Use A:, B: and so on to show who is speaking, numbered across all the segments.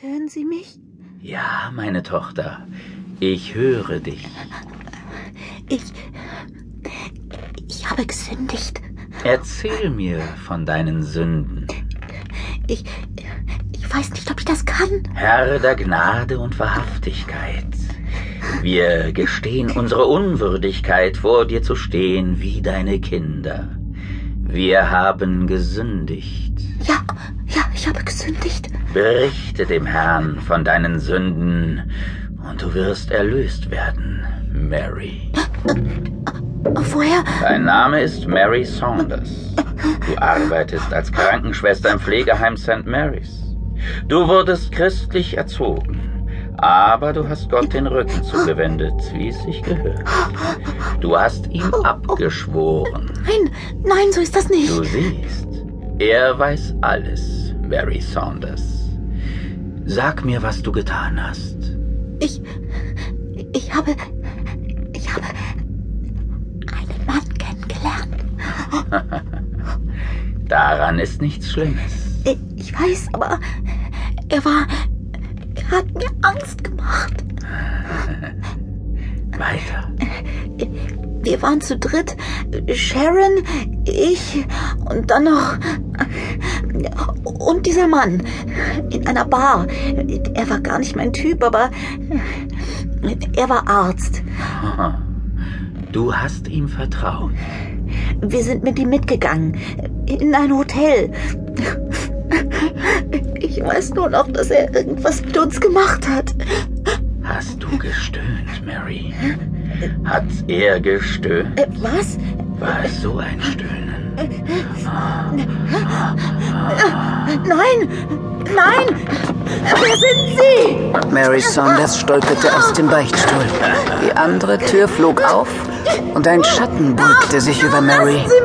A: Hören Sie mich?
B: Ja, meine Tochter, ich höre dich.
A: Ich. Ich habe gesündigt.
B: Erzähl mir von deinen Sünden.
A: Ich. Ich weiß nicht, ob ich das kann.
B: Herr der Gnade und Wahrhaftigkeit, wir gestehen unsere Unwürdigkeit, vor dir zu stehen wie deine Kinder. Wir haben gesündigt.
A: Ja, ja, ich habe gesündigt.
B: Berichte dem Herrn von deinen Sünden und du wirst erlöst werden, Mary.
A: Woher?
B: Dein Name ist Mary Saunders. Du arbeitest als Krankenschwester im Pflegeheim St. Mary's. Du wurdest christlich erzogen, aber du hast Gott den Rücken zugewendet, wie es sich gehört. Du hast ihm abgeschworen.
A: Nein, nein, so ist das nicht.
B: Du siehst, er weiß alles, Mary Saunders. Sag mir, was du getan hast.
A: Ich. Ich habe. Ich habe. einen Mann kennengelernt.
B: Daran ist nichts Schlimmes.
A: Ich- Ich weiß, aber. Er war. Er hat mir Angst gemacht.
B: Weiter.
A: Wir waren zu dritt. Sharon, ich und dann noch. Und dieser Mann. In einer Bar. Er war gar nicht mein Typ, aber. Er war Arzt.
B: Du hast ihm vertraut.
A: Wir sind mit ihm mitgegangen. In ein Hotel. Ich weiß nur noch, dass er irgendwas mit uns gemacht hat.
B: Hast du gestöhnt, Mary? Hat er gestöhnt?
A: Äh, Was?
B: War es so ein Stöhnen?
A: Nein! Nein! Wer sind Sie?
C: Mary Saunders stolperte aus dem Beichtstuhl. Die andere Tür flog auf und ein Schatten beugte sich über Mary.
A: Ah, Lassen Sie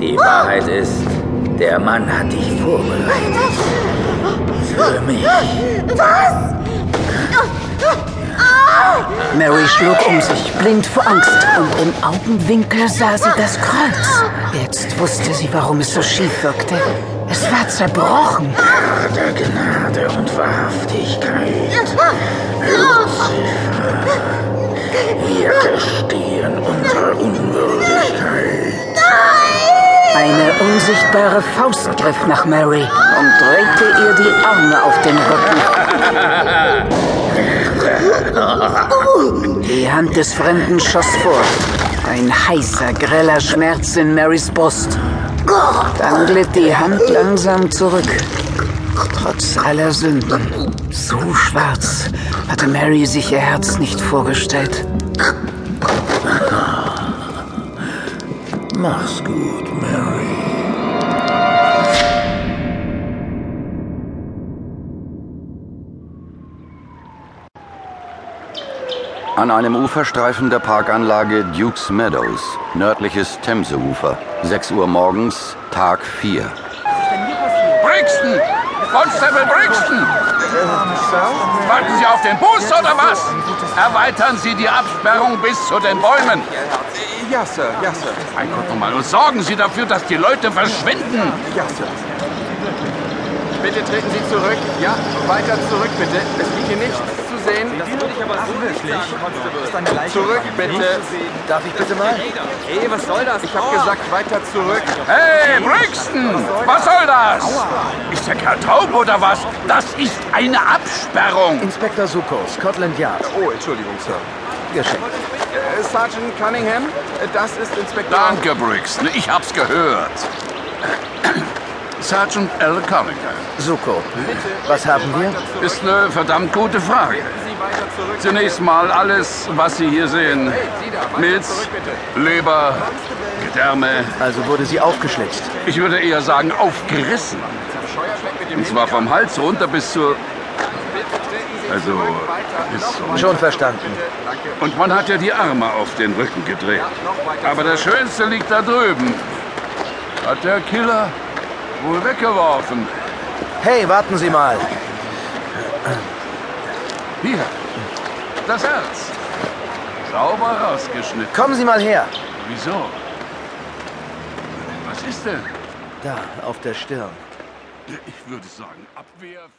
A: mich!
B: Die Wahrheit ist, der Mann hat dich vorbereitet. Für mich.
C: Mary schlug um sich, blind vor Angst, und im Augenwinkel sah sie das Kreuz. Jetzt wusste sie, warum es so schief wirkte. Es war zerbrochen.
B: Herr der Gnade und Wahrhaftigkeit. Wir gestehen unsere Unwürdigkeit.
C: Eine unsichtbare Faust griff nach Mary und drückte ihr die Arme auf den Rücken. Die Hand des Fremden schoss vor. Ein heißer, greller Schmerz in Marys Brust. Dann glitt die Hand langsam zurück. Trotz aller Sünden. So schwarz hatte Mary sich ihr Herz nicht vorgestellt.
B: Mach's gut, Mary.
D: An einem Uferstreifen der Parkanlage Duke's Meadows, nördliches Themseufer. 6 Uhr morgens, Tag 4.
E: Brixton! Constable Brixton! Warten Sie auf den Bus oder was? Erweitern Sie die Absperrung bis zu den Bäumen.
F: Ja, Sir, ja, Sir,
E: Mein Gott nochmal. Und sorgen Sie dafür, dass die Leute verschwinden.
F: ja, Sir. Bitte treten Sie zurück. Ja, weiter zurück, bitte. Es gibt hier nichts zu sehen. Das würde ich aber so nicht sagen, Zurück, bitte. Darf ich bitte mal? Ey, was soll das? Oh. Ich habe gesagt, weiter zurück.
E: Hey, Brixton! Was soll das? Ist der Kerl taub oder was? Das ist eine Absperrung.
G: Inspektor Suko, Scotland Yard.
F: Oh, Entschuldigung, Sir.
G: Geschenkt.
F: Äh, Sergeant Cunningham, äh, das ist Inspektor...
E: Danke, Brixton. Ich hab's gehört. Sergeant L. Cunningham.
G: Suko, was haben wir?
E: Ist eine verdammt gute Frage. Zunächst mal alles, was Sie hier sehen. Milz, Leber, Gedärme.
G: Also wurde sie aufgeschlitzt.
E: Ich würde eher sagen, aufgerissen. Und zwar vom Hals runter bis zur... Also, bis zum...
G: Schon verstanden.
E: Und man hat ja die Arme auf den Rücken gedreht. Aber das Schönste liegt da drüben. Hat der Killer wohl weggeworfen.
G: Hey, warten Sie mal.
E: Hier, das Herz. Sauber rausgeschnitten.
G: Kommen Sie mal her.
E: Wieso? Was ist denn?
G: Da, auf der Stirn.
E: Ich würde sagen, Abwehr.